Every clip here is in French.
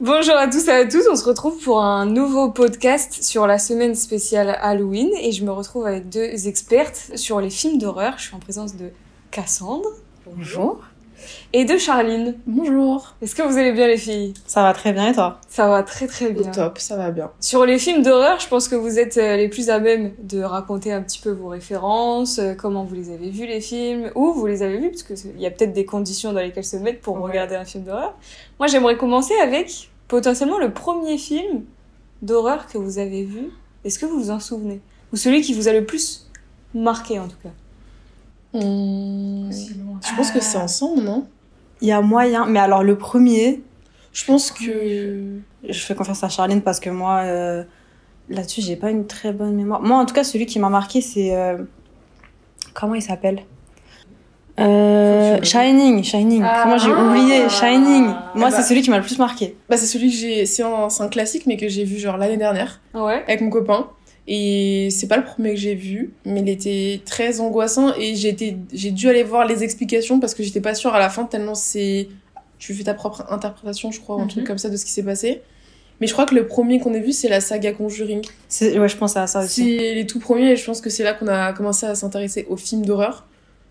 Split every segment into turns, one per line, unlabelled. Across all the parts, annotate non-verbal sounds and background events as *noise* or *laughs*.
Bonjour à tous et à tous, on se retrouve pour un nouveau podcast sur la semaine spéciale Halloween et je me retrouve avec deux expertes sur les films d'horreur. Je suis en présence de Cassandre
Bonjour.
et de Charline.
Bonjour.
Est-ce que vous allez bien les filles
Ça va très bien et toi
Ça va très très bien.
top, ça va bien.
Sur les films d'horreur, je pense que vous êtes euh, les plus à même de raconter un petit peu vos références, euh, comment vous les avez vus les films, où vous les avez vus, parce qu'il y a peut-être des conditions dans lesquelles se mettre pour
Ouais.
regarder un film d'horreur. Moi, j'aimerais commencer avec potentiellement le premier film d'horreur que vous avez vu. Est-ce que vous vous en souvenez Ou celui qui vous a le plus marqué, en tout cas.
Je pense que c'est ensemble, non
Il y a moyen, mais alors le premier, je pense que je fais confiance à Charline parce que moi euh, là-dessus j'ai pas une très bonne mémoire. Moi en tout cas celui qui m'a marqué c'est euh, comment il s'appelle Euh,
Faut que tu me-
Shining, Shining.
Ah.
Comment j'ai oublié Shining. Moi
Ah bah.
c'est celui qui m'a le plus marqué.
Bah, c'est celui que j'ai. C'est un, c'est un classique, mais que j'ai vu genre l'année dernière
Ouais.
avec mon copain. Et c'est pas le premier que j'ai vu, mais il était très angoissant et j'ai été- j'ai dû aller voir les explications parce que j'étais pas sûre à la fin tellement c'est. Tu fais ta propre interprétation, je crois, ou un
Mhm.
truc comme ça de ce qui s'est passé. Mais je crois que le premier qu'on ait vu, c'est la saga Conjuring.
C'est- Ouais, je pense à ça aussi.
C'est les tout premiers et je pense que c'est là qu'on a commencé à s'intéresser aux films d'horreur.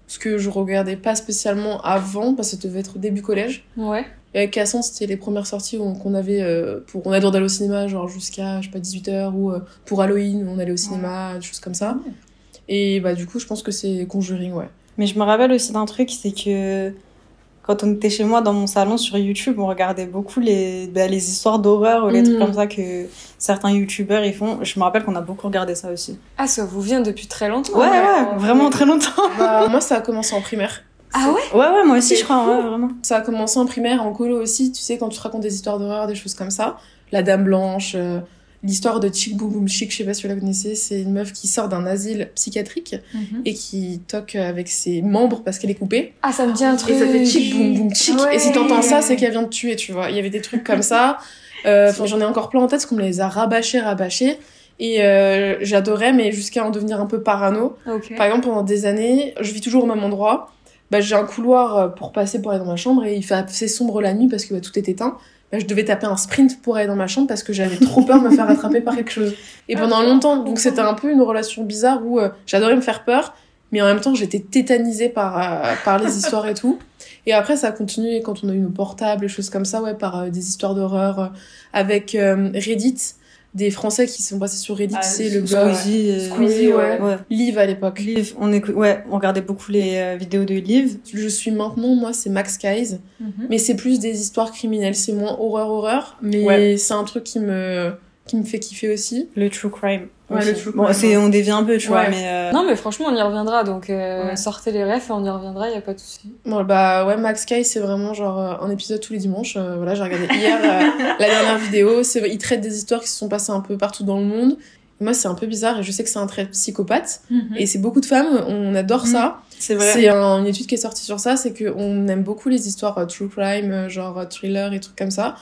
Ce que je regardais pas spécialement avant, parce que ça devait être au début collège.
Ouais.
Et avec Casson, c'était les premières sorties où- qu'on avait euh, pour. On adore d'aller au cinéma, genre jusqu'à, je sais pas, 18h, ou euh, pour Halloween, on allait au cinéma, des choses comme ça. Et bah, du coup, je pense que c'est Conjuring, ouais.
Mais je me rappelle aussi d'un truc, c'est que quand on était chez moi dans mon salon sur YouTube, on regardait beaucoup les, bah, les histoires d'horreur ou les
Mhm.
trucs comme ça que certains YouTubeurs ils font. Je me rappelle qu'on a beaucoup regardé ça aussi.
Ah, ça vous vient depuis très longtemps.
Ouais, ouais, vraiment très *laughs* longtemps.
Bah, moi, ça a commencé en primaire.
Ah ouais
Ouais, ouais, moi aussi,
C'est
je crois,
fou.
ouais, vraiment.
Ça a commencé en primaire, en colo aussi, tu sais, quand tu te racontes des histoires d'horreur, des choses comme ça. La Dame Blanche, euh, l'histoire de Chick Boom Boom Chick, je sais pas si vous la connaissez, c'est une meuf qui sort d'un asile psychiatrique et qui toque avec ses membres parce qu'elle est coupée.
Ah, ça me dit un truc.
Et ça fait chic, boum, boum, chic.
Ouais.
Et si t'entends ça, c'est qu'elle vient de tuer, tu vois. Il y avait des trucs comme ça. Euh, Enfin, j'en ai encore plein en tête, parce qu'on me les a rabâchés, rabâchés. Et euh, j'adorais, mais jusqu'à en devenir un peu parano.
Ok.
Par exemple, pendant des années, je vis toujours au même endroit. Bah, j'ai un couloir euh, pour passer pour aller dans ma chambre et il fait assez sombre la nuit parce que bah, tout est éteint. Bah, je devais taper un sprint pour aller dans ma chambre parce que j'avais trop peur de me faire attraper par quelque chose. Et pendant
Ah,
longtemps, donc c'était un peu une relation bizarre où euh, j'adorais me faire peur, mais en même temps j'étais tétanisée par, euh, par
*laughs*
les histoires et tout. Et après ça a continué quand on a eu nos portables, et choses comme ça, ouais, par euh, des histoires d'horreur euh, avec euh, Reddit, des Français qui sont passés sur Reddit,
Ah,
c'est le blog
Squeezie. euh,
Squeezie, ouais.
Ouais.
Live à l'époque.
Liv, on écoute, ouais, on regardait beaucoup les euh, vidéos de Liv.
je suis maintenant, moi, c'est Max Kies.
Mhm.
Mais c'est plus des histoires criminelles. C'est moins horreur-horreur. Mais
Ouais.
c'est un truc qui me, qui me fait kiffer aussi.
Le True Crime.
Ouais,
aussi.
le true
Bon,
crime,
c'est, on dévie un peu, tu vois,
Ouais.
mais. euh,
Non, mais franchement, on y reviendra. Donc, euh,
Ouais.
sortez les refs et on y reviendra, il a pas de souci.
Bon, bah ouais, Max Kies, c'est vraiment genre euh, un épisode tous les dimanches. Euh, voilà, j'ai regardé hier euh, la dernière vidéo. C'est, il traite des histoires qui se sont passées un peu partout dans le monde. Moi, c'est un peu bizarre et je sais que c'est un trait psychopathe. Et c'est beaucoup de femmes, on adore ça.
Mhm. c'est vrai.
C'est un- une étude qui est sortie sur ça, c'est qu'on aime beaucoup les histoires euh, true crime, euh, genre euh, thriller et trucs comme ça.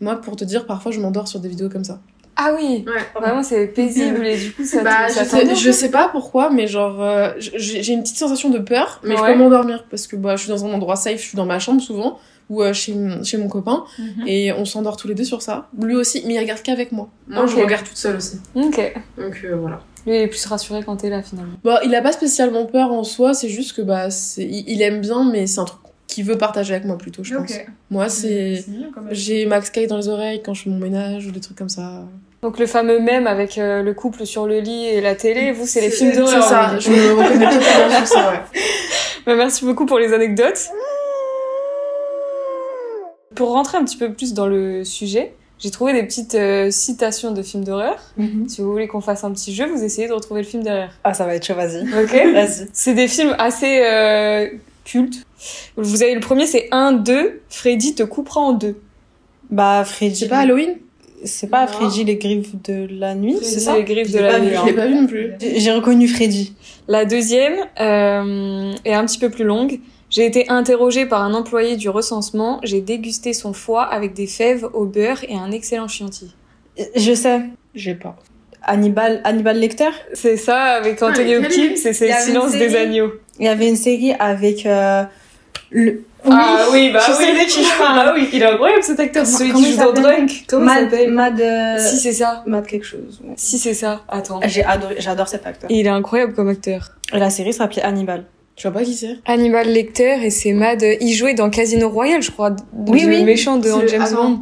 Moi, pour te dire, parfois, je m'endors sur des vidéos comme ça.
Ah oui Vraiment, c'est paisible et du coup, ça
Bah,
te- ça
je, sais,
t'endort.
je sais pas pourquoi, mais genre, euh, j- j'ai j'ai une petite sensation de peur, mais je
Ouais.
peux m'endormir parce que bah, je suis dans un endroit safe, je suis dans ma chambre souvent, ou euh, chez, m- chez mon copain,
Mhm.
et on s'endort tous les deux sur ça. Lui aussi, mais il regarde qu'avec moi. euh,
Moi, je Ok. regarde
toute seule aussi.
Ok.
Donc euh, voilà.
Lui, il est plus rassuré quand t'es là, finalement.
Bon, bah, il a pas spécialement peur en soi, c'est juste que bah, c'est- il il aime bien, mais c'est un truc qu'il veut partager avec moi plutôt, je pense. Moi, c'est. J'ai Max Kay dans les oreilles quand je fais mon ménage ou des trucs comme ça.
Donc, le fameux mème avec euh, le couple sur le lit et la télé, vous, c'est les films d'horreur.
C'est ça,
oui.
je me reconnais
*laughs*
totalement sur ça, ouais.
Bah, merci beaucoup pour les anecdotes. Pour rentrer un petit peu plus dans le sujet, j'ai trouvé des petites euh, citations de films d'horreur.
Mhm.
Si vous voulez qu'on fasse un petit jeu, vous essayez de retrouver le film derrière.
Ah, ça va être chaud, vas-y. *laughs*
Ok
Vas-y.
C'est des films assez euh, cultes. Vous avez le premier, c'est 1, 2, Freddy te coupera en deux.
Bah, Freddy.
C'est pas Halloween
C'est pas
Non.
Freddy les griffes de la nuit,
C'est
c'est ça
les griffes
Je
de
l'ai
la
pas
nuit.
vu,
Je
hein.
l'ai pas vu non plus.
J'ai j'ai reconnu Freddy.
La deuxième euh, est un petit peu plus longue. J'ai été interrogée par un employé du recensement. J'ai dégusté son foie avec des fèves au beurre et un excellent chianti.
Je sais.
J'ai pas.
Hannibal, Hannibal Lecter.
C'est ça avec Anthony
Ah, mais quelle
Hopkins et c'est
Il y
le
avait une
silence des
série.
agneaux.
Il y avait une série avec euh, le,
Ah oui, bah
Je
oui.
sais de qui je parle.
Ah oui, il est incroyable cet acteur.
Comment-
Celui
comment
qui
il
joue dans
s'appelle
Drunk. Comment il
Mad,
s'appelle
Mad, euh,
Si c'est ça.
Mad quelque chose. ouais.
Si c'est ça. Attends.
Ah, J'ai adoré, j'adore cet acteur.
Et il est incroyable comme acteur.
Et la série s'appelait Hannibal.
Tu vois pas qui c'est
Hannibal Lecter et c'est Mad. Il jouait dans Casino Royale, je crois. d-
Oui,
le
oui. Oh,
méchant de
C'est le-
James
avant.
Bond.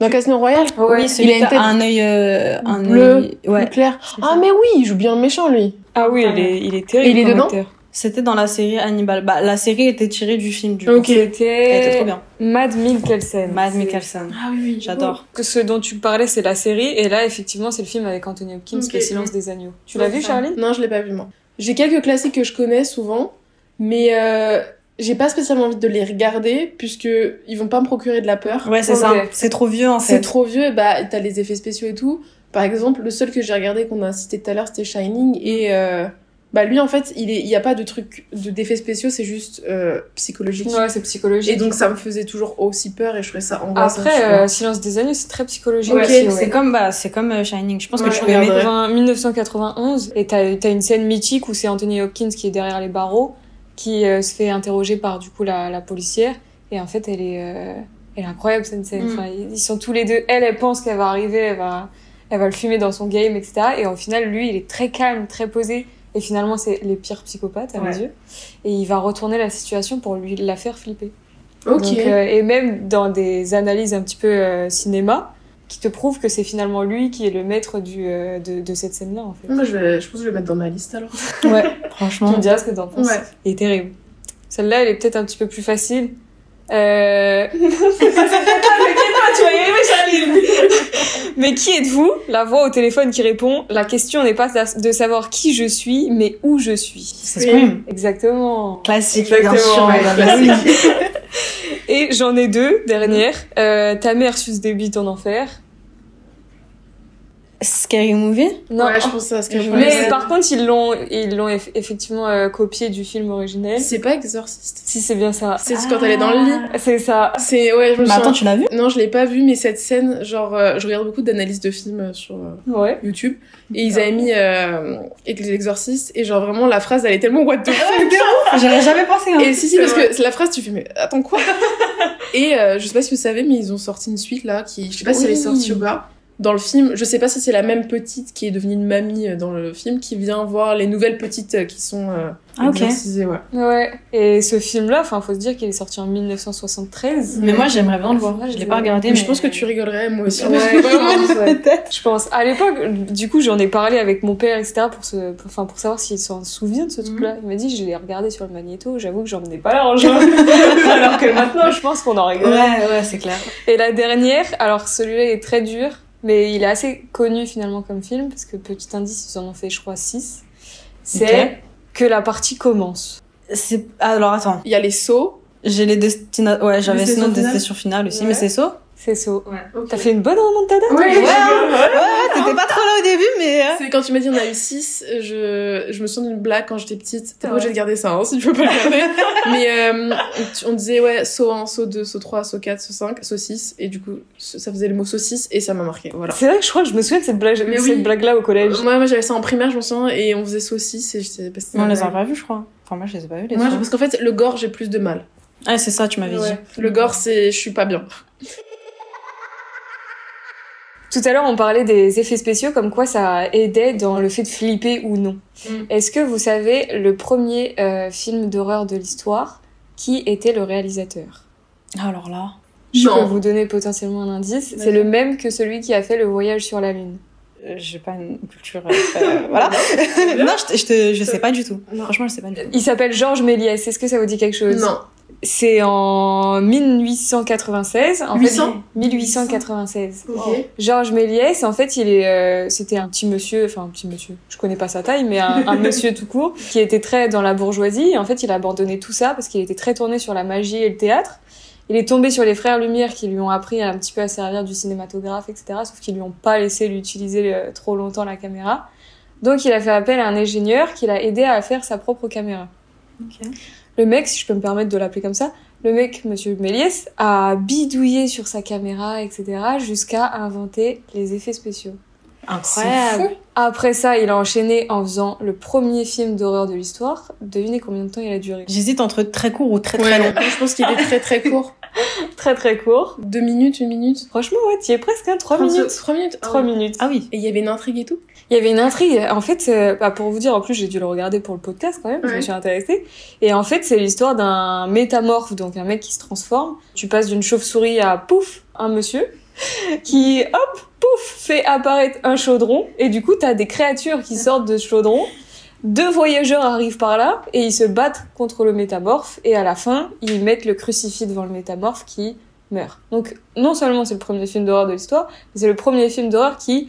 Dans Casino Royale
Oui, celui
il a une
qui
tête
a un œil, euh, un
bleu,
œil- Ouais.
plus claire.
c'est
Ah
ça.
mais oui, il joue bien le méchant lui.
Ah oui, il est, il est terrible
Et il est
comme
dedans
acteur.
C'était dans la série Hannibal. Bah, la série était tirée du film du. coup. Elle était trop
C'était
bien.
Mad Mikkelsen.
Mad
C'est-
Mikkelsen.
Ah oui, oui.
J'adore.
Que ce dont tu parlais, c'est la série, et là, effectivement, c'est le film avec Anthony Hopkins,
Ok.
Le silence des agneaux. Tu l'as vu, Charline
Oh. Non, je l'ai pas vu moi. J'ai quelques classiques que je connais souvent, mais euh, j'ai pas spécialement envie de les regarder puisque ils vont pas me procurer de la peur.
Ouais, c'est
Ok.
ça. C'est trop vieux en
C'est
fait.
trop vieux, et bah t'as les effets spéciaux et tout. Par exemple, le seul que j'ai regardé qu'on a cité tout à l'heure, c'était Shining et euh, bah lui en fait, il est il y a pas de truc de d'effets spéciaux, c'est juste euh, psychologique.
Ouais, c'est psychologique.
Et donc ça me faisait toujours aussi peur et je trouvais ça angoissant.
Après,
tu vois.
euh, Silence des agneaux, c'est très psychologique.
Ok,
Ouais,
aussi, ouais.
c'est comme bah, c'est comme euh, Shining. Je pense
Ouais,
que je
on
peux aimer.
regarderait.
80 1991, et t'as t'as une scène mythique où c'est Anthony Hopkins qui est derrière les barreaux, qui euh, se fait interroger par du coup la, la policière, et en fait elle est, euh, elle est incroyable cette scène.
Mm.
Enfin, ils ils sont tous les deux, elle elle pense qu'elle va arriver, elle va, elle va le fumer dans son game, etc. Et au final lui il est très calme, très posé, et finalement c'est les pires psychopathes à mes
Ouais.
yeux, et il va retourner la situation pour lui la faire flipper.
ok.
Donc, euh, et même dans des analyses un petit peu euh, cinéma, qui te prouvent que c'est finalement lui qui est le maître du, euh, de, de cette scène-là, en fait.
Moi, je, vais- je pense que je vais le mettre dans ma liste alors.
Ouais,
Tu me
franchement.
diras ce que t'en penses.
Ouais.
Il est terrible. Celle-là, elle est peut-être un petit peu plus facile. Euh... tu vas y *laughs* arriver, Charline Mais qui êtes-vous La voix au téléphone qui répond « La question n'est pas sa- de savoir qui je suis, mais où je suis.
C'est Scream. ».
Exactement.
Classique, bien
Exactement,
sûr.
ouais,
madame.
classique. Et j'en ai deux, dernière. Euh, ta mère suce des bites en enfer.
Scary Movie.
Non,
*laughs* Ouais, je pense à ce que
Mais
je voulais.
par contre, ils l'ont, ils l'ont eff- effectivement euh, copié du film originel.
C'est pas Exorciste.
Si c'est bien ça.
C'est quand elle est dans le lit.
C'est ça.
C'est ouais, je me
Ah. Mais attends,
souviens.
tu l'as vu
Non, je l'ai pas vu, mais cette scène, genre, euh, je regarde beaucoup d'analyses de films euh, sur euh,
Ouais.
YouTube, et ils avaient mis euh, Les Exorcistes, et genre vraiment la phrase, elle est tellement what the *laughs* fuck.
J'aurais jamais pensé. hein.
Et si si, parce que c'est la phrase, tu fais mais attends quoi Et euh, je sais pas si vous savez, mais ils ont sorti une suite là, qui, je sais pas si elle est
Oui.
sortie ou pas. Dans le film, je sais pas si c'est la même petite qui est devenue une mamie euh, dans le film, qui vient voir les nouvelles petites euh, qui sont euh,
Ah, ok.
exorcisées, ouais.
Ouais. Et ce film-là, enfin, faut se dire qu'il est sorti en 1973.
Mais moi, j'aimerais bien le voir.
Ouais,
Je l'ai
je-
pas regardé.
Mais je pense que tu rigolerais, moi aussi. *laughs* Vraiment.
Peut-être.
Je pense. À l'époque, du coup, j'en ai parlé avec mon père, etc., pour se, pour- enfin, pour savoir s'il s'en souvient de ce truc-là. Il m'a dit, je l'ai regardé sur le magnéto. J'avoue que j'en venais pas large. Alors que maintenant, je pense qu'on en rigole.
Ouais, ouais, c'est clair.
Et la dernière, alors celui-là est très dur, mais il est assez connu finalement comme film, parce que petit indice, ils en ont fait, je crois, 6. C'est
Ok.
que la partie commence.
C'est alors attends,
Il y a les sauts.
j'ai les destinations. Ouais, j'avais
Les
sinon
saisons finales.
destination finale aussi,
Ouais.
mais c'est ça.
C'est so. T'as
Ok.
fait une bonne remontada toi
*laughs* Ouais,
Ouais, hein. ouais, ouais, t'étais pas trop là au début, mais. euh,
C'est quand tu m'as dit on a eu 6, je, je me souviens d'une blague quand j'étais petite. T'es
Ah
pas obligée de garder ça hein, si tu veux pas le garder. Mais euh, tu- on disait ouais, saut 1, saut 2, saut 3, saut 4, saut 5, saut 6. Et du coup, ce- ça faisait le mot saucisse et ça m'a marqué. Voilà.
C'est vrai que je crois que je me souviens de cette blague,
Mais
cette
oui.
blague là au collège.
Euh, Moi, moi j'avais ça en primaire, je me souviens, et on faisait saucisse et je sais pas si c'était
On
la
les a
blague.
pas vus, je crois. Enfin, moi, je les ai pas vus, les
Moi, je-
saisons.
parce qu'en fait, le gore, j'ai plus de mal.
Ah, c'est ça, tu m'avais
Ouais.
dit.
Le gore, c'est je suis pas bien.
Tout à l'heure, on parlait des effets spéciaux, comme quoi ça aidait dans le fait de flipper ou non.
Mm.
Est-ce que vous savez le premier euh, film d'horreur de l'histoire Qui était le réalisateur
Ah, Alors là.
Je peux
Non.
vous donner potentiellement un indice. C'est
Vas-y.
le même que celui qui a fait le voyage sur la Lune.
euh, J'ai pas une culture. *laughs* euh, euh, voilà. non, je, te- je, te- je sais pas du tout. Franchement, je sais pas du tout.
Il s'appelle Georges Méliès. Est-ce que ça vous dit quelque chose
Non.
C'est en 1896. En
800?
fait, 1896.
Ok.
Georges Méliès, en fait, il est, euh, c'était un petit monsieur, enfin un petit monsieur. Je connais pas sa taille, mais un, un monsieur tout court qui était très dans la bourgeoisie. Et en fait, il a abandonné tout ça parce qu'il était très tourné sur la magie et le théâtre. Il est tombé sur les frères Lumière qui lui ont appris un petit peu à servir du cinématographe, etc. Sauf qu'ils lui ont pas laissé l'utiliser euh, trop longtemps la caméra. Donc, il a fait appel à un ingénieur qui l'a aidé à faire sa propre caméra. Le mec, si je peux me permettre de l'appeler comme ça, le mec, monsieur Méliès, a bidouillé sur sa caméra, etc., jusqu'à inventer les effets spéciaux.
Incroyable.
Après ça, il a enchaîné en faisant le premier film d'horreur de l'histoire. Devinez combien de temps il a duré
J'hésite entre très court ou très très
Ouais,
long.
moi, je pense qu'il est très très court.
Très très court.
Deux minutes, une minute.
Franchement, ouais, t'y es presque, hein, 3
Trente-
minutes.
Trois minutes. Ah
3
ouais.
minutes.
Ah oui.
Et il y avait une intrigue et tout.
Il y avait une intrigue. En fait, euh, bah, pour vous dire, en plus, j'ai dû le regarder pour le podcast quand même, je me
Ouais.
suis intéressée. Et en fait, c'est l'histoire d'un métamorphe, donc un mec qui se transforme. Tu passes d'une chauve-souris à pouf, un monsieur, qui hop, pouf, fait apparaître un chaudron. Et du coup, t'as des créatures qui sortent de ce chaudron. Deux voyageurs arrivent par là et ils se battent contre le métamorphe. Et à la fin, ils mettent le crucifix devant le métamorphe qui meurt. Donc, non seulement c'est le premier film d'horreur de l'histoire, mais c'est le premier film d'horreur qui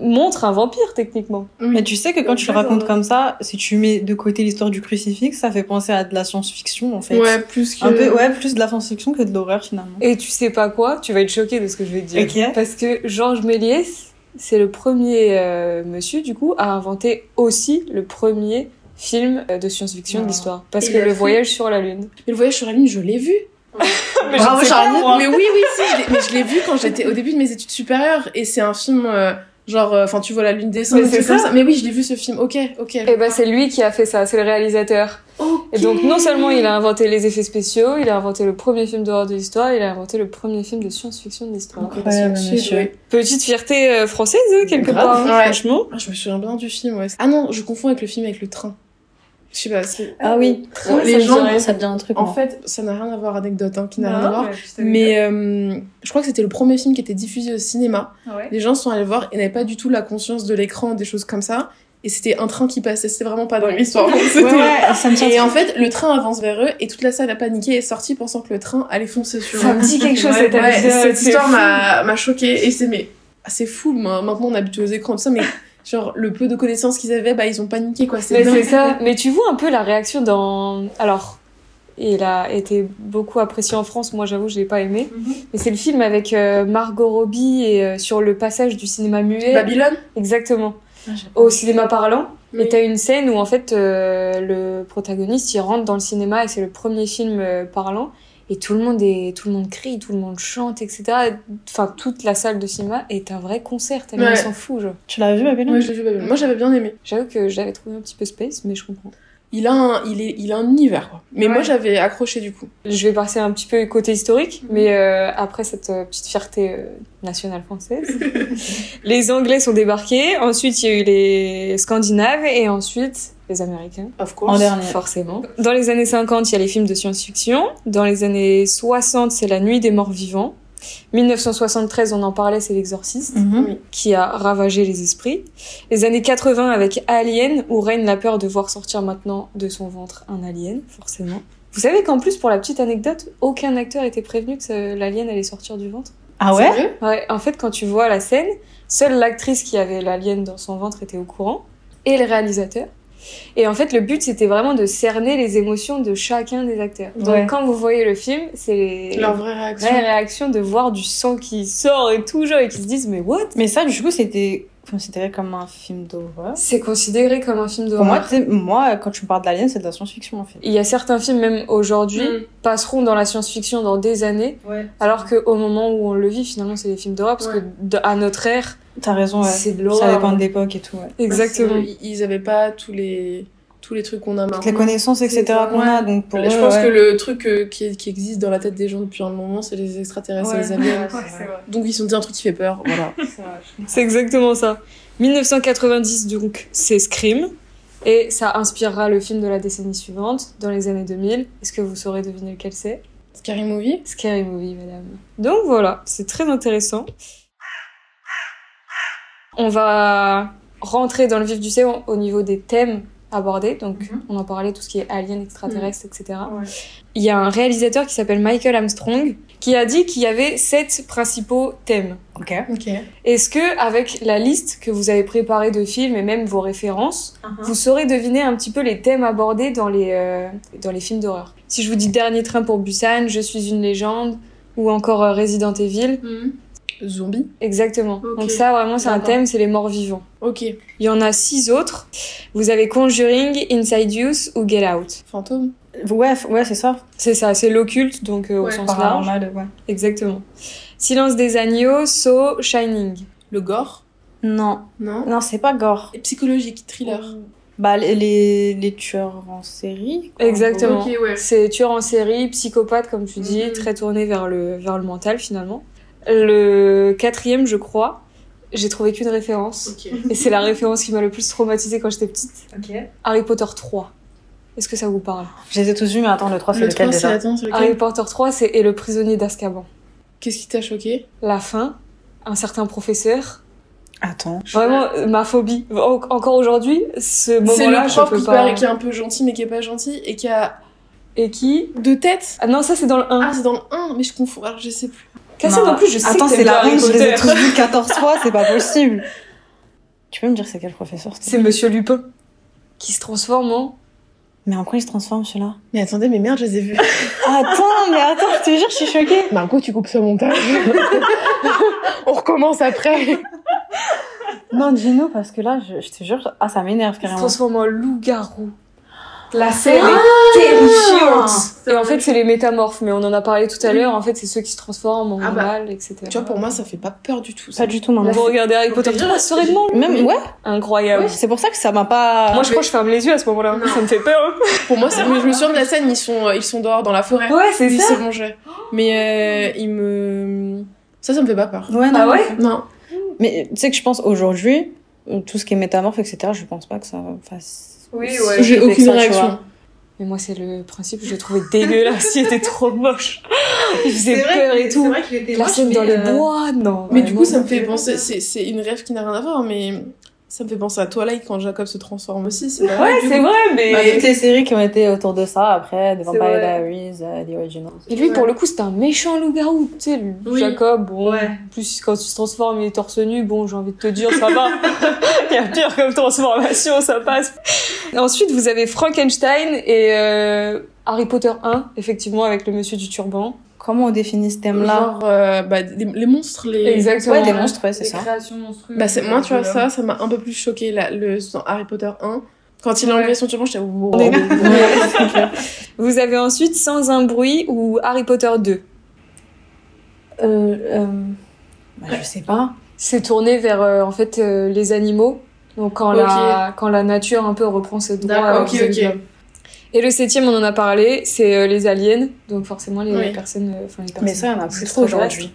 montre un vampire techniquement.
Mais tu sais que quand tu le racontes comme ça, si tu mets de côté l'histoire du crucifix, ça fait penser à de la science-fiction en fait.
Ouais, plus que.
Un peu, ouais, plus de la science-fiction que de l'horreur finalement.
Et tu sais pas quoi, tu vas être choqué de ce que je vais te dire.
Ok.
Parce que Georges Méliès, c'est le premier euh, monsieur du coup à inventer aussi le premier film euh, de science-fiction de
Ah.
l'histoire. Parce
Et
que
il a
le
fait-
voyage sur la lune.
Mais le voyage sur la lune, je l'ai vu.
*laughs* Mais
Bravo,
je sais pas,
Charlie.
moi. Mais oui, oui, si, je l'ai- mais je l'ai vu quand j'étais au début de mes études supérieures. Et c'est un film, euh, genre, euh, enfin, tu vois la lune descendre.
Mais
et tout
c'est ça.
comme Mais oui, je l'ai vu ce film. Ok, ok.
Et ben c'est lui qui a fait ça, c'est le réalisateur.
Ok.
Et donc non seulement il a inventé les effets spéciaux, il a inventé le premier film d'horreur de l'histoire, il a inventé le premier film de science-fiction de l'histoire.
Incroyable, monsieur.
Ouais.
Petite fierté euh, française hein, quelque
Grave.
part, hein,
Ouais.
franchement.
Ah, je me souviens bien du film, ouais. Ah non, je confonds avec le film avec le train. Je sais pas, c'est.
Ah oui.
Ouais,
les
ça me
gens-
dirait-
Ça devient un truc.
En
moi.
fait, ça n'a rien à voir, anecdote, hein, qui n'a rien à voir.
mais
Mais euh, je crois que c'était le premier film qui était diffusé au cinéma.
euh,
Les gens sont allés le voir et n'avaient pas du tout la conscience de l'écran, des choses comme ça. Et c'était un train qui passait, c'était vraiment pas dans l'histoire. C'était-
Ouais, ouais, ça me tient.
Et en fait, le train avance vers eux et toute la salle a paniqué et est sortie pensant que le train allait foncer sur
Ça
eux.
me dit quelque chose
Ouais,
cette
Ouais,
anecdote,
cette
c'est
histoire
fou.
m'a m'a choquée et c'est mais ah, c'est fou. moi, Maintenant, on est habitué aux écrans tout ça, mais genre le peu de connaissances qu'ils avaient, bah ils ont paniqué quoi. C'est
Mais c'est
dingue.
ça. Mais tu vois un peu la réaction dans. Alors, il a été beaucoup apprécié en France. Moi, j'avoue, je l'ai pas aimé.
Mhm.
Mais c'est le film avec euh, Margot Robbie et euh, sur le passage du cinéma muet.
Babylone.
Exactement.
Ah, j'ai pas-
oh,
Au cinéma parlant.
Oui.
Et t'as une scène où en fait euh, le protagoniste il rentre dans le cinéma et c'est le premier film euh, parlant et tout le monde est tout le monde crie, tout le monde chante, etc. Enfin toute la salle de cinéma est un vrai concert. Tellement
Ouais.
ils s'en foutent. genre.
Tu l'as vu, Babylone
Ouais, j'ai vu Babylone. Moi, j'avais bien aimé.
J'avoue que j'avais trouvé un petit peu space, mais je comprends.
Il a un, il est, il a un univers quoi. Mais
Ouais.
moi, j'avais accroché du coup.
Je vais passer un petit peu côté historique,
Mhm.
mais euh, après cette euh, petite fierté euh, nationale française, *laughs* les Anglais sont débarqués, ensuite il y a eu les Scandinaves et ensuite les Américains,
Of
En dernier.
forcément. Dans les années 50, il y a les films de science-fiction, dans les années 60, c'est La Nuit des Morts Vivants, 1973, on en parlait, c'est L'Exorciste
Mhm.
qui a ravagé les esprits. Les années 80 avec Alien, où règne la peur de voir sortir maintenant de son ventre un alien, forcément. Vous savez qu'en plus, pour la petite anecdote, aucun acteur était prévenu que ce- l'alien allait sortir du ventre
Ah ouais
Ouais, en fait, quand tu vois la scène, seule l'actrice qui avait l'alien dans son ventre était au courant, et le réalisateur. Et en fait, le but, c'était vraiment de cerner les émotions de chacun des acteurs. Donc,
Ouais.
quand vous voyez le film, c'est
Leur
la
vraie réaction.
vraie réaction de voir du sang qui sort et tout, genre, et qui se disent, mais what
Mais ça, du coup, c'était considéré comme un film d'horreur.
C'est considéré comme un film
Pour moi,
d'horreur.
tu sais, moi, quand tu me parles d'Alien, c'est de la science-fiction en fait.
Il y a certains films, même aujourd'hui,
Mm.
passeront dans la science-fiction dans des années,
Ouais.
alors qu'au moment où on le vit, finalement, c'est des films d'horreur, parce
Ouais.
que d- à notre ère,
T'as raison, ouais.
c'est de
Ça dépend
l'horreur.
de l'époque et tout, ouais.
Exactement.
Parce que Ils avaient pas tous les, tous les trucs qu'on a
Toutes les
maintenant.
connaissances, etc.
ça,
qu'on a, donc pour
je
eux,
pense
ouais.
que le truc euh, qui, qui existe dans la tête des gens depuis un moment, c'est les extraterrestres et les aliens. Donc ils se sont dit un truc qui fait peur, voilà.
C'est exactement ça. 1990, donc, c'est Scream. Et ça inspirera le film de la décennie suivante, dans les années 2000. Est-ce que vous saurez deviner lequel c'est
*laughs* Scary Movie
Scary Movie, madame. Donc voilà, c'est très intéressant. On va rentrer dans le vif du sujet au niveau des thèmes abordés. Donc
Mhm.
on en parlait, tout ce qui est alien, extraterrestre, etc.
Ouais.
Il y a un réalisateur qui s'appelle Michael Armstrong qui a dit qu'il y avait sept principaux thèmes.
Ok.
Ok.
Est-ce que avec la liste que vous avez préparée de films et même vos références,
Uh-huh.
vous saurez deviner un petit peu les thèmes abordés dans les, euh, dans les films d'horreur. Si je vous dis Dernier train pour Busan, Je suis une légende, ou encore euh, Resident Evil,
Zombie
exactement.
Ok.
Donc ça, vraiment, c'est un
D'accord.
thème, c'est les morts vivants.
Ok.
Il y en a six autres. Vous avez Conjuring, Inside Use ou Get Out.
Fantôme
Ouais, f- ouais c'est ça.
C'est ça, c'est l'occulte, donc euh, au
Ouais,
sens large.
Paranormal, ouais.
Exactement. Silence des agneaux, Saw, Shining.
Le gore
Non,
Non.
non, c'est pas gore.
Et psychologique, thriller.
Bah, les- les, les tueurs en série. quoi.
Exactement.
Ok, ouais.
C'est tueur en série, psychopathe, comme tu dis,
Mhm.
très tourné vers le, vers le mental finalement. Le quatrième, je crois, j'ai trouvé qu'une référence.
Ok.
Mhm.
Et c'est la référence qui m'a le plus traumatisée quand j'étais petite.
Ok.
Harry Potter 3. Est-ce que ça vous parle
Je les ai tous vus, mais attends, le 3, c'est
Le
lequel
3, c'est
déjà
attends, c'est lequel
Harry Potter 3, c'est Et le prisonnier d'Azkaban.
Qu'est-ce qui t'a choqué
La fin, un certain professeur.
Attends.
Vraiment, euh, ma phobie. En- encore aujourd'hui, ce
C'est
moment-là,
le
je
prof
peux
qui,
pas.
paraît- qui est un peu gentil mais qui est pas gentil et qui a
Et qui
deux têtes.
Ah non, ça c'est dans le 1.
Ah, Bah, c'est dans le 1, mais je confonds. Alors, je sais plus.
Cassandre,
Non.
en plus, je sais
Attends,
que
c'est
t'aimes
la
pas Harry
honte, je les ai
Potter.
tous vus 14 fois, c'est pas possible. *laughs* Tu peux me dire c'est quel professeur c'était
C'est Monsieur Lupin qui se transforme en.
Mais en quoi il se transforme celui-là
Mais attendez, mais merde, je les ai *laughs* vus.
*laughs* Attends, mais attends, je te jure, je suis choquée.
Margot, tu coupes ce *laughs* montage. On recommence après.
Non, dis-nous, parce que là, je, je te jure, ah, ça m'énerve
Il se
carrément.
transforme en loup-garou. La scène est terrifiante. Et en fait, c'est les métamorphes, mais on en a parlé tout à l'heure. En fait, c'est ceux qui se transforment en
Ah bah.
animal, etc.
Tu vois, pour moi, ça fait pas peur du tout.
Pas
Ça.
du tout, maintenant.
Vous regardez Harry
Faut
Potter
dire-
3 sereinement.
Même, ouais,
Incroyable.
ouais, c'est pour ça que ça m'a pas.
Moi, je crois que je ferme les yeux à ce moment-là.
Non.
Ça me fait peur. hein.
Pour moi, c'est. mais je me souviens de la scène, ils sont, ils sont dehors dans la forêt.
Ouais, c'est
Ils
ça.
se mangeaient. Mais
Oh.
euh, il me. Ça, ça me fait pas peur.
Ouais, non.
Ah ouais
Non.
Mais tu sais que je pense aujourd'hui, euh, tout ce qui est métamorphe, etc., je pense pas que ça fasse.
Oui,
ouais.
J'ai
c'est
aucune
vexant, tu
réaction.
vois.
Mais moi, c'est le principe, je l'ai trouvé dégueulasse. Il était trop moche. Il faisait
C'est
peur
vrai,
et
que- c'est
tout.
vrai qu'il était
La
moche,
scène dans
mais,
les
euh,
bois, non.
Mais du coup,
vraiment.
ça me fait penser. C'est c'est une rêve qui n'a rien à voir, mais ça me fait penser à Twilight quand Jacob se transforme aussi. C'est pas
Ouais,
du
c'est
coup.
vrai,
Bah,
mais.
toutes les séries qui ont été autour de ça, après, The Vampire
vrai.
Diaries, euh, The Originals.
Et lui, pour le coup, c'était un méchant loup-garou, tu sais, le
Oui.
Jacob, bon,
Ouais.
en plus, quand il se transforme, il est torse nu, bon, j'ai envie de te dire, ça
*laughs*
va. *laughs* il y a pire comme transformation, ça passe. Ensuite, vous avez Frankenstein et euh, Harry Potter 1, effectivement, avec le monsieur du turban.
Comment on définit ce thème-là
Genre, euh, bah, des- les monstres, les.
Exactement.
Ouais, des monstres, ouais, c'est
Des
ça.
créations monstrueuses.
Bah, c'est- moi, tu vois,
de
ça, ça m'a un peu plus choqué là, le, dans Harry Potter 1. Quand il a
Ouais.
enlevé son turban, j'étais. wow.
On est-
Ouais, c'est clair.
Vous avez ensuite Sans un bruit ou Harry Potter 2.
Euh, euh, bah, je sais pas.
C'est tourné vers, euh, en fait, euh, les animaux. Donc, quand, la, quand la nature un peu reprend ses droits.
D'accord,
euh,
ok,
vis-à-vis de
ok.
l'homme. Et le septième, on en a parlé, c'est euh, les aliens. Donc forcément, les
Oui.
personnes... euh, Enfin, les personnes
Mais ça, il y en a plus trop aujourd'hui.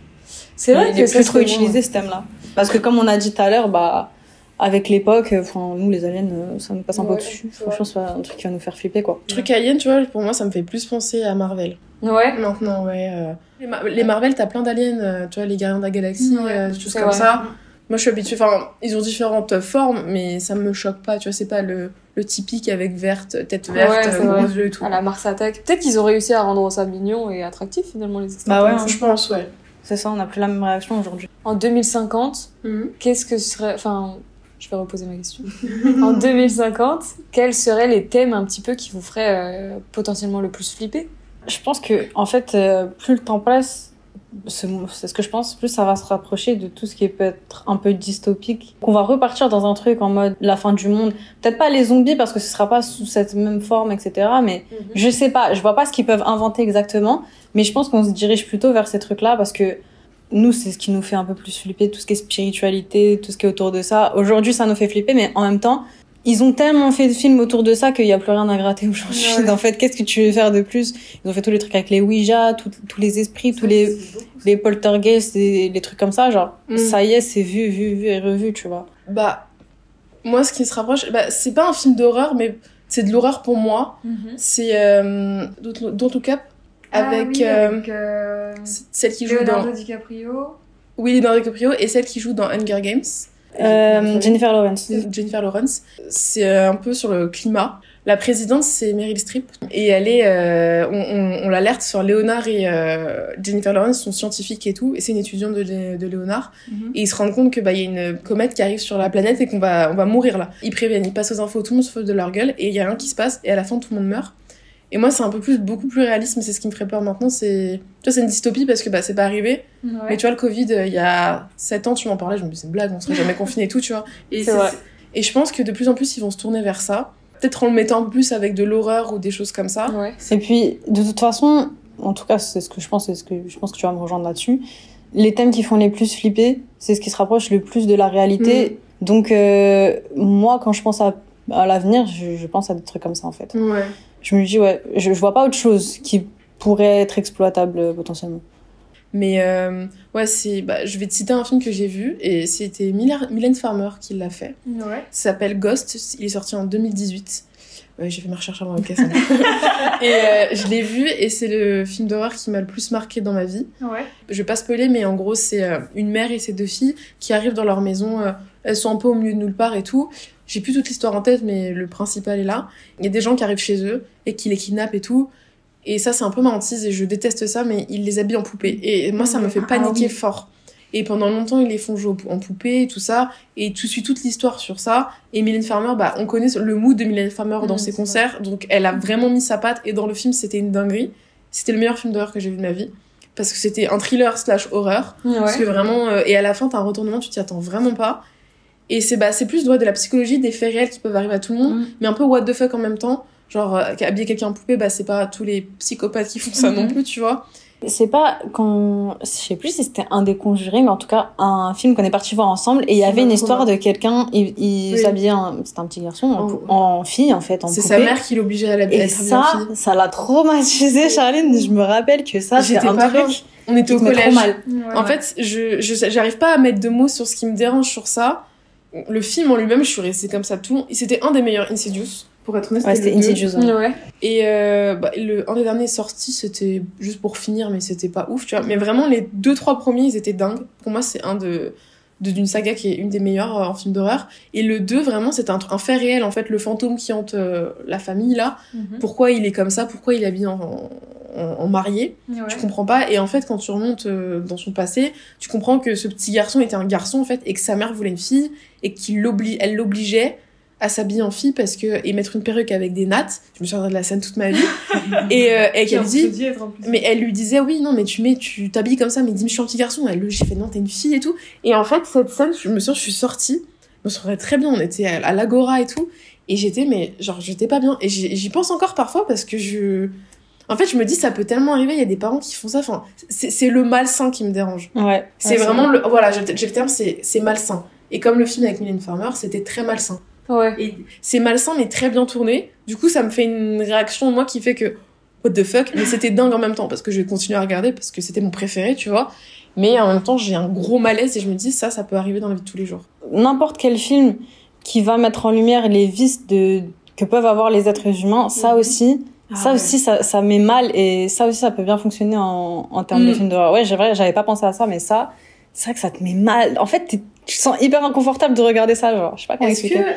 C'est vrai
il
que
est
ça,
plus trop
c'est
utilisé ce thème-là. Parce que comme on a dit tout à l'heure, bah, avec l'époque, euh, enfin, nous les aliens, euh, ça nous passe un peu
Ouais,
au-dessus.
c'est
Franchement, c'est pas un truc qui va nous faire flipper quoi.
Le truc Alien, tu vois, pour moi, ça me fait plus penser à Marvel.
bon. Ouais.
Maintenant, ouais. euh, Les, Mar- les Marvel, t'as plein d'aliens, euh, tu vois, les Gardiens de la Galaxie,
Ouais,
euh, des choses
c'est
comme
vrai.
ça. Moi, je suis habituée, enfin, ils ont différentes euh, formes, mais ça me choque pas, tu vois, c'est pas le, le typique avec verte, tête
Ouais,
verte,
c'est
euh, gros
vrai.
yeux et tout.
À la Mars Attack. Peut-être qu'ils ont réussi à rendre ça mignon et attractif finalement les
Bah ouais,
extraterrestres.
Je pense, ouais.
C'est ça, on n'a plus la même réaction aujourd'hui.
En 2050,
Mhm.
qu'est-ce que serait... Enfin, je vais reposer ma question. *laughs* en 2050, quels seraient les thèmes un petit peu qui vous feraient euh, potentiellement le plus flipper
Je pense que, en fait, euh, plus le temps passe, c'est c'est ce que je pense, plus ça va se rapprocher de tout ce qui peut être un peu dystopique. Qu'on va repartir dans un truc en mode la fin du monde. Peut-être pas les zombies parce que ce sera pas sous cette même forme, etc. Mais
Mhm.
je sais pas, je vois pas ce qu'ils peuvent inventer exactement, mais je pense qu'on se dirige plutôt vers ces trucs-là parce que nous, c'est ce qui nous fait un peu plus flipper, tout ce qui est spiritualité, tout ce qui est autour de ça. Aujourd'hui, ça nous fait flipper, mais en même temps, ils ont tellement fait de films autour de ça qu'il n'y a plus rien à gratter aujourd'hui. *laughs*
Ouais.
En fait, qu'est-ce que tu veux faire de plus Ils ont fait tous les trucs avec les Ouija, tout- tous les esprits, tous les, les poltergeists, les, les trucs comme ça. Genre,
Mm.
ça y est, c'est vu, vu, vu et revu, tu vois.
Bah, moi, ce qui se rapproche, bah, c'est pas un film d'horreur, mais c'est de l'horreur pour moi. C'est euh, Don't Don't Look Up,
Ah
avec, euh,
Ah avec euh,
c- celle qui joue
Leonardo
dans...
DiCaprio.
Oui, Leonardo DiCaprio, et celle qui joue dans Hunger Games.
Euh, Jennifer Lawrence.
Jennifer Lawrence. C'est euh, un peu sur le climat. La présidente, c'est Meryl Streep. Et elle est. euh, on on- on l'alerte sur Léonard et euh, Jennifer Lawrence sont scientifiques et tout. Et c'est une étudiante de, de Léonard.
Mhm.
Et ils se rendent compte que bah, il y a une comète qui arrive sur la planète et qu'on va, on va mourir là. Ils préviennent, ils passent aux infos, tout le monde se fout de leur gueule. Et il y a rien qui se passe. Et à la fin, tout le monde meurt. Et moi, c'est un peu plus, beaucoup plus réaliste, mais c'est ce qui me ferait peur maintenant. C'est, tu vois, c'est une dystopie parce que bah, c'est pas arrivé. Mais
Ouais.
tu vois, le Covid, euh, il y a 7 ans, tu m'en parlais, je me disais, c'est une blague, on serait jamais confiné et tout, tu vois. Et,
C'est
c'est-
vrai.
et je pense que de plus en plus, ils vont se tourner vers ça. Peut-être en le mettant un peu plus avec de l'horreur ou des choses comme ça.
Ouais.
Et puis, de toute façon, en tout cas, c'est ce que je pense, c'est ce que je pense que tu vas me rejoindre là-dessus. les thèmes qui font les plus flipper, c'est ce qui se rapproche le plus de la réalité.
Mm.
Donc, euh, moi, quand je pense à, à l'avenir, je, je pense à des trucs comme ça, en fait.
Ouais.
Je me dis, ouais, je, je vois pas autre chose qui pourrait être exploitable euh, potentiellement.
Mais euh, ouais, c'est, bah, je vais te citer un film que j'ai vu et c'était Mila- Mylène Farmer qui l'a fait.
Ouais.
Ça s'appelle Ghost. Il est sorti en 2018. Ouais, j'ai fait mes recherches avant le casting.
*laughs*
et euh, je l'ai vu et c'est le film d'horreur qui m'a le plus marqué dans ma vie.
Ouais.
Je vais pas spoiler, mais en gros, c'est euh, une mère et ses deux filles qui arrivent dans leur maison. euh, elles sont un peu au milieu de nulle part et tout. J'ai plus toute l'histoire en tête, mais le principal est là. Il y a des gens qui arrivent chez eux et qui les kidnappent et tout. Et ça, c'est un peu ma hantise et je déteste ça, mais ils les habillent en poupée. Et moi, ça me fait
Ah,
paniquer
oui.
fort. Et pendant longtemps, ils les font jouer en poupée et tout ça. Et tu suis toute l'histoire sur ça. Et Mylène Farmer, bah, on connaît le mood de Mylène Farmer dans
Mhm,
ses
c'est vrai.
concerts. Donc, elle a vraiment mis sa patte. Et dans le film, c'était une dinguerie. C'était le meilleur film d'horreur que j'ai vu de ma vie. Parce que c'était un thriller slash horreur. Parce que vraiment, euh, et à la fin, t'as un retournement, tu t'y attends vraiment pas. Et c'est bah, c'est plus ouais, de la psychologie, des faits réels qui peuvent arriver à tout le monde,
Mm.
mais un peu what the fuck en même temps. Genre, euh, habiller quelqu'un en poupée, bah, c'est pas tous les psychopathes qui font ça
Mhm.
non
Mm-hmm.
plus, tu vois.
C'est pas quand. Je sais plus si c'était un des conjurés, mais en tout cas, un film qu'on est parti voir ensemble et il y
C'est
avait une
notre
histoire de quelqu'un, il, il
Oui.
s'habillait, en... c'était un petit garçon, en,
En-
pou- en fille en fait, en
C'est
poupée.
sa mère qui l'obligeait à l'habiller. à
Et
être habillée
ça,
en fille.
ça l'a traumatisé, Charline. Je me rappelle que ça, c'est
J'étais
un
pas
truc
bien. On était
qui
au
te met trop
collège.
mal.
En fait, je je- j'arrive pas à mettre de mots sur ce qui me dérange sur ça. Le film en lui-même, je suis restée comme ça tout. le long. C'était un des meilleurs Insidious, pour être honnête.
Ouais, c'était
le deux.
Insidious. ouais.
ouais.
Et euh, bah, le, un des derniers sortis, c'était juste pour finir, mais c'était pas ouf, tu vois. Mais vraiment, les deux, trois premiers, ils étaient dingues. Pour moi, c'est un de de- d'une saga qui est une des meilleures euh, en film d'horreur et le 2 vraiment c'est un, tr- un fait réel en fait le fantôme qui hante euh, la famille là pourquoi il est comme ça pourquoi il habille en, en, en marié je comprends pas et en fait quand tu remontes euh, dans son passé tu comprends que ce petit garçon était un garçon en fait et que sa mère voulait une fille et qu'il l'obli- elle l'obligeait à s'habiller en fille parce que et mettre une perruque avec des nattes je me souviendrai de la scène toute ma vie *laughs* et, euh, et qu'elle dit mais elle lui disait oui non mais tu mets tu t'habilles comme ça mais dis mais je suis un petit garçon elle le j'ai fait non t'es une fille et tout et en fait cette scène je me souviens je suis sortie je me souviens très bien on était à, à l'agora et tout et j'étais mais genre j'étais pas bien et j'y j'y pense encore parfois parce que je en fait je me dis ça peut tellement arriver il y a des parents qui font ça enfin c'est c'est le malsain qui me dérange
Ouais.
c'est vraiment le voilà j'ai j'ai le terme c'est c'est malsain et comme le film avec Mylène Farmer c'était très malsain
Ouais.
c'est malsain mais très bien tourné. Du coup, ça me fait une réaction moi qui fait que what the fuck, mais c'était dingue en même temps parce que je vais continuer à regarder parce que c'était mon préféré, tu vois. Mais en même temps, j'ai un gros malaise et je me dis ça, ça peut arriver dans la vie de tous les jours.
N'importe quel film qui va mettre en lumière les vices de... que peuvent avoir les êtres humains, ça
Mhm.
aussi, ça aussi, ça, ça met mal et ça aussi, ça peut bien fonctionner en, en termes de
Mhm.
film d'horreur. Ouais, j'ai vrai, j'avais pas pensé à ça, mais ça, c'est vrai que ça te met mal. En fait, t'es- tu te sens hyper inconfortable de regarder ça, genre. Je sais pas comment
Est-ce que
expliquer.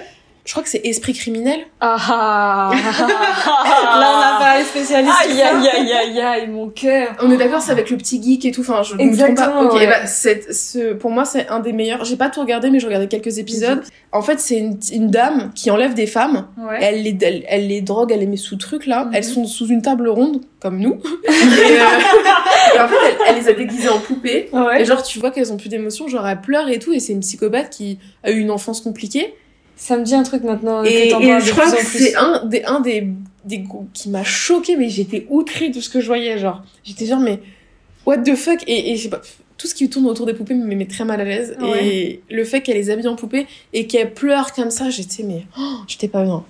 je crois que c'est esprit criminel
Ah
*laughs*
ah, ah.
*laughs* Là, on n'a pas les spécialistes.
Aïe, aïe, aïe, aïe, aïe, mon cœur.
On est d'accord, c'est avec le petit geek et tout. Enfin, je me
Exactement,
trompe pas. Ok,
ouais.
bah, c'est- ce, pour moi, c'est un des meilleurs. J'ai pas tout regardé, mais je regardais quelques épisodes. En fait, c'est une, une dame qui enlève des femmes
Ouais.
Elle les, elle, elle les drogue, elle les met sous truc là.
Mhm.
Elles sont sous une table ronde, comme nous. *laughs* et, euh, et en fait, elle, elle les a déguisées en poupées. Et
Ouais.
genre, tu vois qu'elles ont plus d'émotions, genre elles pleurent et tout. Et c'est une psychopathe qui a eu une enfance compliquée.
Ça me dit un truc maintenant euh,
et
que t'en
et
parles
je
de
crois
plus
que
en plus.
c'est un des, un des, des goûts qui m'a choquée, mais j'étais outrée de ce que je voyais. Genre, j'étais genre, mais what the fuck Et, et je sais pas. Tout ce qui tourne autour des poupées me met très mal à l'aise.
Ouais.
Et le fait qu'elle les habille en poupée et qu'elle pleure comme ça, j'étais, mais oh, j'étais pas bien.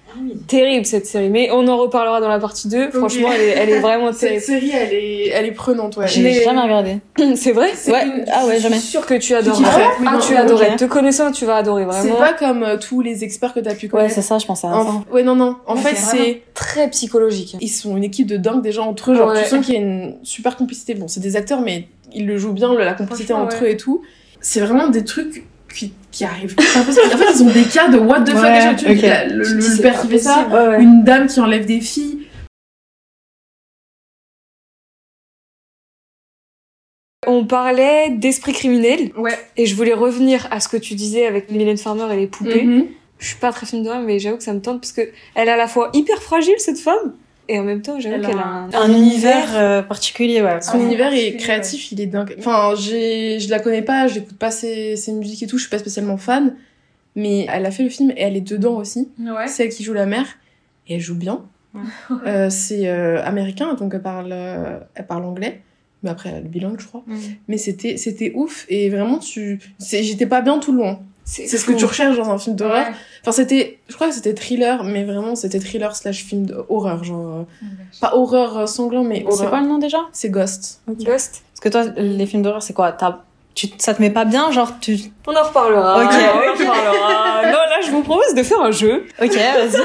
Terrible cette série, mais on en reparlera dans la partie 2. Franchement, elle est, elle est vraiment
*laughs*
terrible.
série, elle est, elle est prenante, Ah. ouais.
J'ai
Mais-
jamais regardé.
C'est vrai
Ouais. Ah ouais, jamais.
Je suis sûre que tu adores.
Tu kiffes
Ah,
Oui, non,
tu
non,
adorais.
j'ai-
Te connaissant, tu vas adorer
C'est
vraiment.
pas comme euh, tous les experts que t'as pu
Ouais,
connaître.
c'est ça, je pensais à ça.
En- ouais, non, non. En
Ouais,
fait,
c'est
c'est.
Très psychologique.
Ils sont une équipe de dingue déjà entre eux. Genre,
Ouais.
tu sens qu'il y a une super complicité. Bon, c'est des acteurs, mais ils le jouent bien, le- la complicité
Franchement,
entre eux et tout. C'est vraiment des trucs qui, qui arrivent. C'est impossible. en fait, ils ont des cas de what the fuck.
Ouais,
à chaque fois,
ok.
la- le,
Tu
le-
dis,
le
c'est
père qui fait ça,
impossible. Ouais, ouais.
une dame qui enlève des filles.
On parlait d'esprit criminel
Ouais.
et je voulais revenir à ce que tu disais avec Mylène Farmer et les poupées.
Mhm.
Je suis pas très film d'horreur, mais j'avoue que ça me tente parce que elle est à la fois hyper fragile cette femme et en même temps j'avoue
Elle a
qu'elle a
un-
un,
un univers euh, particulier, ouais.
Son
Ah,
univers
particulier,
est créatif, il est dingue. Enfin, j'ai, je la connais pas, j'écoute pas ses, ses musiques et tout, je suis pas spécialement fan. Mais elle a fait le film et elle est dedans aussi.
Ouais.
C'est elle qui joue la mère et elle joue bien.
Ouais.
Euh, c'est euh, américain, donc elle parle, euh, elle parle anglais. mais après elle est bilingue je crois
Mm.
mais c'était c'était ouf et vraiment tu c'est- j'étais pas bien tout le long c'est ce
fou.
que
hein.
tu recherches dans un film d'horreur
Ouais.
enfin c'était je crois que c'était thriller mais vraiment c'était thriller slash film d'horreur genre euh,
Ouais.
pas horreur euh, sanglant mais
C'est quoi
horreur
le nom déjà
c'est Ghost
Ghost.
Parce que toi, les films d'horreur, c'est quoi T'as- tu, Ça te met pas bien Genre, tu.
On en reparlera.
Ah,
Ok.
On en reparlera. non, là, je vous propose de faire un jeu.
Ok, vas-y.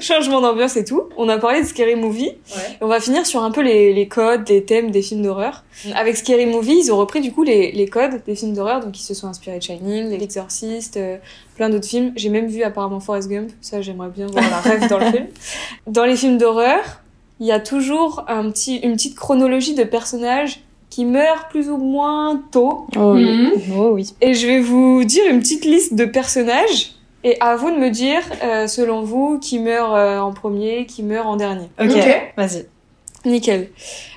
Changement d'ambiance et tout. On a parlé de Scary Movie.
Ouais.
Et On va finir sur un peu les, les codes, les thèmes des films d'horreur. Avec Scary Movie, ils ont repris du coup les, les codes des films d'horreur, donc ils se sont inspirés de Shining, de L'Exorciste, euh, plein d'autres films. J'ai même vu apparemment Forrest Gump, ça j'aimerais bien voir la rêve dans le film. Dans les films d'horreur, il y a toujours un petit, une petite chronologie de personnages qui meurent plus ou moins tôt.
*laughs* Oh
Mhm.
Oh oui.
Et je vais vous dire une petite liste de personnages. Et à vous de me dire, euh, selon vous, qui meurt euh, en premier, qui meurt en dernier.
Ok,
Ok.
vas-y.
Nickel.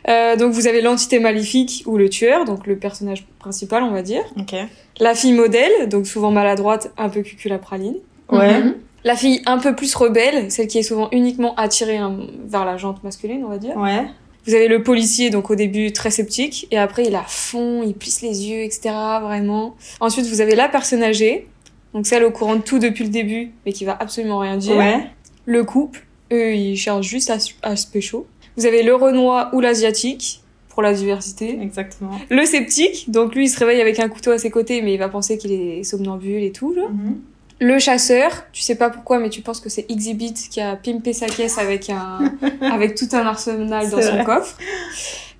Euh, donc vous avez l'entité maléfique ou le tueur, donc le personnage principal, on va dire.
Ok.
La fille modèle, donc souvent maladroite, un peu cucul à praline.
Ouais.
Mhm.
La fille un peu plus rebelle, celle qui est souvent uniquement attirée hein, vers la jante masculine, on va dire.
Ouais.
Vous avez le policier, donc au début très sceptique, et après il a fond, il plisse les yeux, etc. Vraiment. Ensuite vous avez la personne âgée, donc celle au courant de tout depuis le début, mais qui va absolument rien dire.
Ouais.
Le couple, eux, ils cherchent juste à, s- à se pécho. Vous avez le renois ou l'asiatique, pour la diversité.
Exactement.
Le sceptique, donc lui, il se réveille avec un couteau à ses côtés, mais il va penser qu'il est somnambule et tout. là.
Mhm.
Le chasseur, tu sais pas pourquoi, mais tu penses que c'est Exhibit qui a pimpé sa caisse avec, un, avec tout un arsenal dans
C'est
son
vrai.
coffre.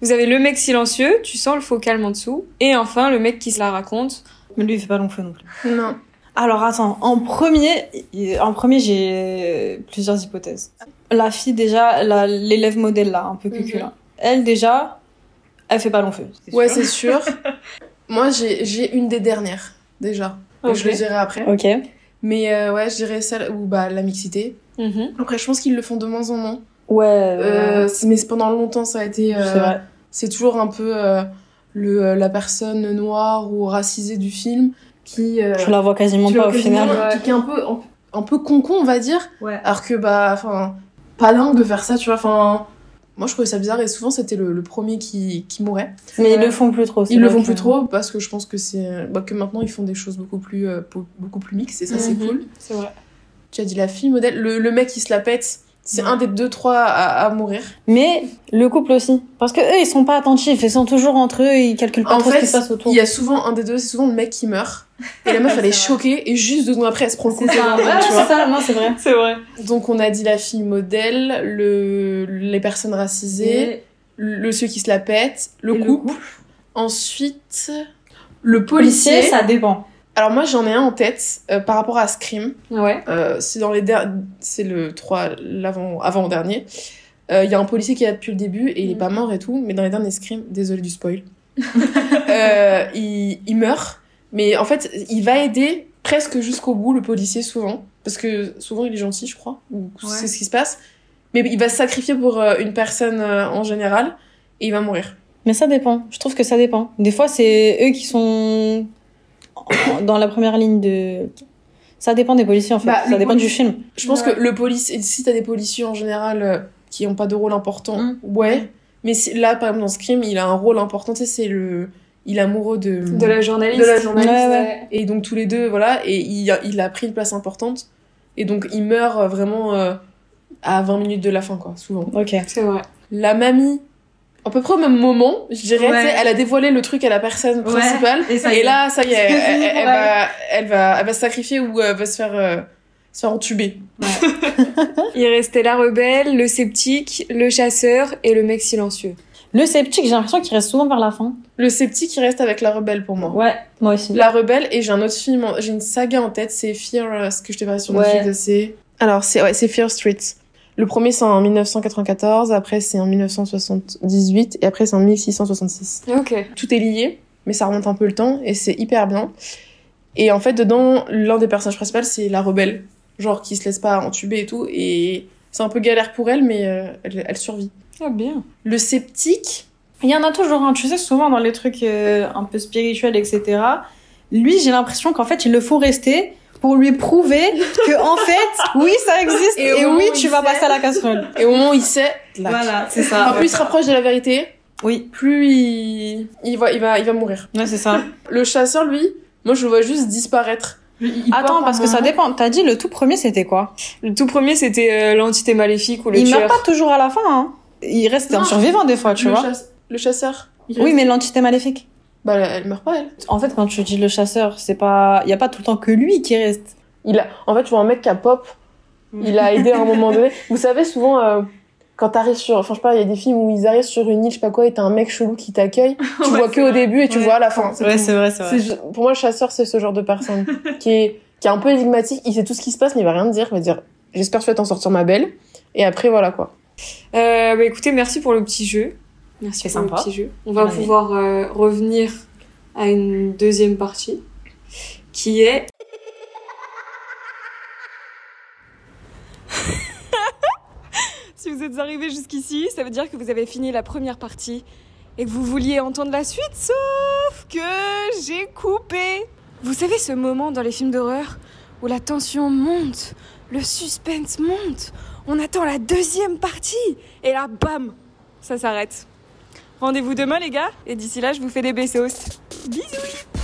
Vous avez le mec silencieux, tu sens le faux calme en dessous. Et enfin, le mec qui se la raconte.
Mais lui, il fait pas long feu non plus.
non
Alors attends, en premier, il- en premier j'ai plusieurs hypothèses. La fille déjà, la- l'élève modèle là, un peu cucul. là. Elle déjà, elle fait pas long feu. c'est
Mhm. ouais
sûr.
c'est sûr *laughs* moi j'ai j'ai une des dernières déjà Donc, je
Ok.
le dirai après
Ok.
mais euh, ouais je dirais celle ou bah la mixité
Mhm.
après je pense qu'ils le font de moins en moins
Ouais.
Euh, c'est- mais c'est pendant longtemps ça a été euh,
c'est vrai.
c'est toujours un peu euh, le euh, la personne noire ou racisée du film qui euh,
Je la vois quasiment
tu
pas
vois,
au
quasiment,
final.
euh, qui est un peu un, un peu concon on va dire
Ouais.
alors que bah enfin pas dingue de faire ça tu vois enfin moi je trouvais ça bizarre et souvent c'était le, le premier qui, qui mourait
Mais ils
Ouais.
le font plus trop. c'est
ils le
vrai
font
que-
plus trop parce que je pense que c'est bah, que maintenant ils font des choses beaucoup plus euh, po- beaucoup plus mixtes et ça c'est
Mhm.
cool
C'est vrai.
tu as dit la fille modèle le, le mec qui se la pète c'est un des deux trois à, à mourir
Mais le couple aussi, parce que eux ils sont pas attentifs, ils sont toujours entre eux, ils calculent pas
En
trop ce qui
fait,
se passe autour.
Il y a souvent un des deux, c'est souvent le mec qui meurt.
*laughs*
Et la meuf, elle est choquée, et juste deux secondes après, elle se prend le coup.
C'est ça,
de-
ouais,
tu
c'est
vois.
ça, non c'est vrai.
C'est vrai.
Donc, on a dit la fille modèle, le... les personnes racisées, le ceux qui se la pètent, le
Et le
couple. Ensuite, le policier.
Policier, ça dépend.
Alors, moi, j'en ai un en tête euh, par rapport à Scream.
Ouais.
Euh, c'est dans les der- c'est le 3 l'avant avant dernier. Euh, Il y a un policier qui est là depuis le début et il est pas mort et tout, mais dans les derniers scrims, désolé du spoil, *laughs* euh, il, il meurt. Mais en fait, il va aider presque jusqu'au bout le policier souvent, parce que souvent il est gentil, je crois, ou c'est ce qui se passe. Mais il va se sacrifier pour euh, une personne euh, en général et il va mourir.
Mais ça dépend. Je trouve que ça dépend. Des fois, c'est eux qui sont dans la première ligne de. Ça dépend des policiers en fait.
Bah,
ça
le
dépend
poli-
du film.
Je pense
Ouais.
que le policier, si t'as des policiers en général euh, qui ont pas de rôle important,
Mm.
Mmh.
ouais. Mais si- là, par exemple, dans Scream, il a un rôle important, tu sais, c'est le. Il est amoureux de.
De la journaliste.
de la journaliste.
Ouais, ouais.
Et donc, tous les deux, voilà, et il a, il a pris une place importante. Et donc, il meurt euh, vraiment euh, à 20 minutes de la fin, quoi, souvent.
Ok.
C'est vrai.
La mamie, à peu près au même moment, je dirais,
Ouais.
tu sais, elle a dévoilé le truc à la personne
Ouais.
principale.
Et ça y
Et
est.
là, ça y est,
C'est
elle,
fini
elle-
pour
elle va, elle, va, elle va se sacrifier ou euh, elle va se faire, euh, se faire entuber.
Il restait la rebelle, le sceptique, le chasseur et le mec silencieux.
Le sceptique, j'ai l'impression qu'il reste souvent vers la fin.
Le sceptique, il reste avec la rebelle pour moi.
Ouais, moi aussi.
La Rebelle et j'ai un autre film, en- j'ai une saga en tête, c'est Fear, ce que je t'ai parlé sur
Ouais.
Netflix, c'est... Alors c'est ouais, c'est Fear Street. Le premier c'est en 1994, après c'est en 1978 et après c'est en 1666.
Ok.
Tout est lié, mais ça remonte un peu le temps et c'est hyper bien. Et en fait dedans, l'un des personnages principaux c'est la Rebelle, genre qui se laisse pas entuber et tout et c'est un peu galère pour elle mais euh, elle, elle survit.
Ah bien.
Le sceptique,
Il y en a toujours un. Tu sais, souvent dans les trucs euh, un peu spirituels, etc. Lui, j'ai l'impression qu'en fait, il le faut rester pour lui
*laughs*
prouver que en fait, oui, ça existe
Et
et,
au moment
oui,
où
tu
il
vas
sait.
passer à la casserole.
et au moment où il sait, là.
Voilà, c'est ça.
Enfin, plus il se rapproche de la vérité,
Oui,
plus il, il, va, il, va, il va mourir.
ouais, c'est ça.
Le chasseur, lui, moi je le vois juste disparaître. Il- il part
Attends,
par
parce que
un
ça
moment.
dépend. T'as dit le tout premier, c'était quoi
Le tout premier, c'était euh, l'entité maléfique ou le
Il meurt
tueur.
pas toujours à la fin. Hein. Il reste
Non.
un survivant des fois, tu
Le,
vois.
chasse- le chasseur. il
Oui,
reste-
mais l'entité maléfique.
Bah elle meurt pas, elle.
En fait, quand tu dis le chasseur, c'est pas, y a pas tout le temps que lui qui reste.
Il a... En fait, tu vois un mec qui a pop,
Mm.
il a aidé à un moment *laughs* donné. Vous savez, souvent, euh, quand t'arrives sur. Enfin, je sais pas, il y a des films où ils arrivent sur une île, je sais pas quoi, et t'as un mec chelou qui *laughs* t'accueille. Tu
Ouais,
vois
c'est
que au
vrai.
début et tu
Ouais.
vois à la fin.
Ouais, c'est vrai, c'est
C'est ju- Pour moi, le chasseur, c'est ce genre de personne qui est, qui est un peu énigmatique. Il sait tout ce qui se passe, mais il va rien te dire. Il va dire J'espère que tu vas t'en sortir, ma belle. Et après, voilà quoi.
Euh, bah écoutez, merci pour le petit jeu.
C'est
Merci pour
sympa.
le petit jeu. On va
Ouais.
pouvoir euh, revenir à une deuxième partie qui est *laughs* Si vous êtes arrivé jusqu'ici, ça veut dire que vous avez fini la première partie et que vous vouliez entendre la suite, sauf que j'ai coupé. Vous savez ce moment dans les films d'horreur où la tension monte, le suspense monte, on attend la deuxième partie et là, bam, ça s'arrête. Rendez-vous demain les gars et d'ici là, je vous fais des BCOS. Bisous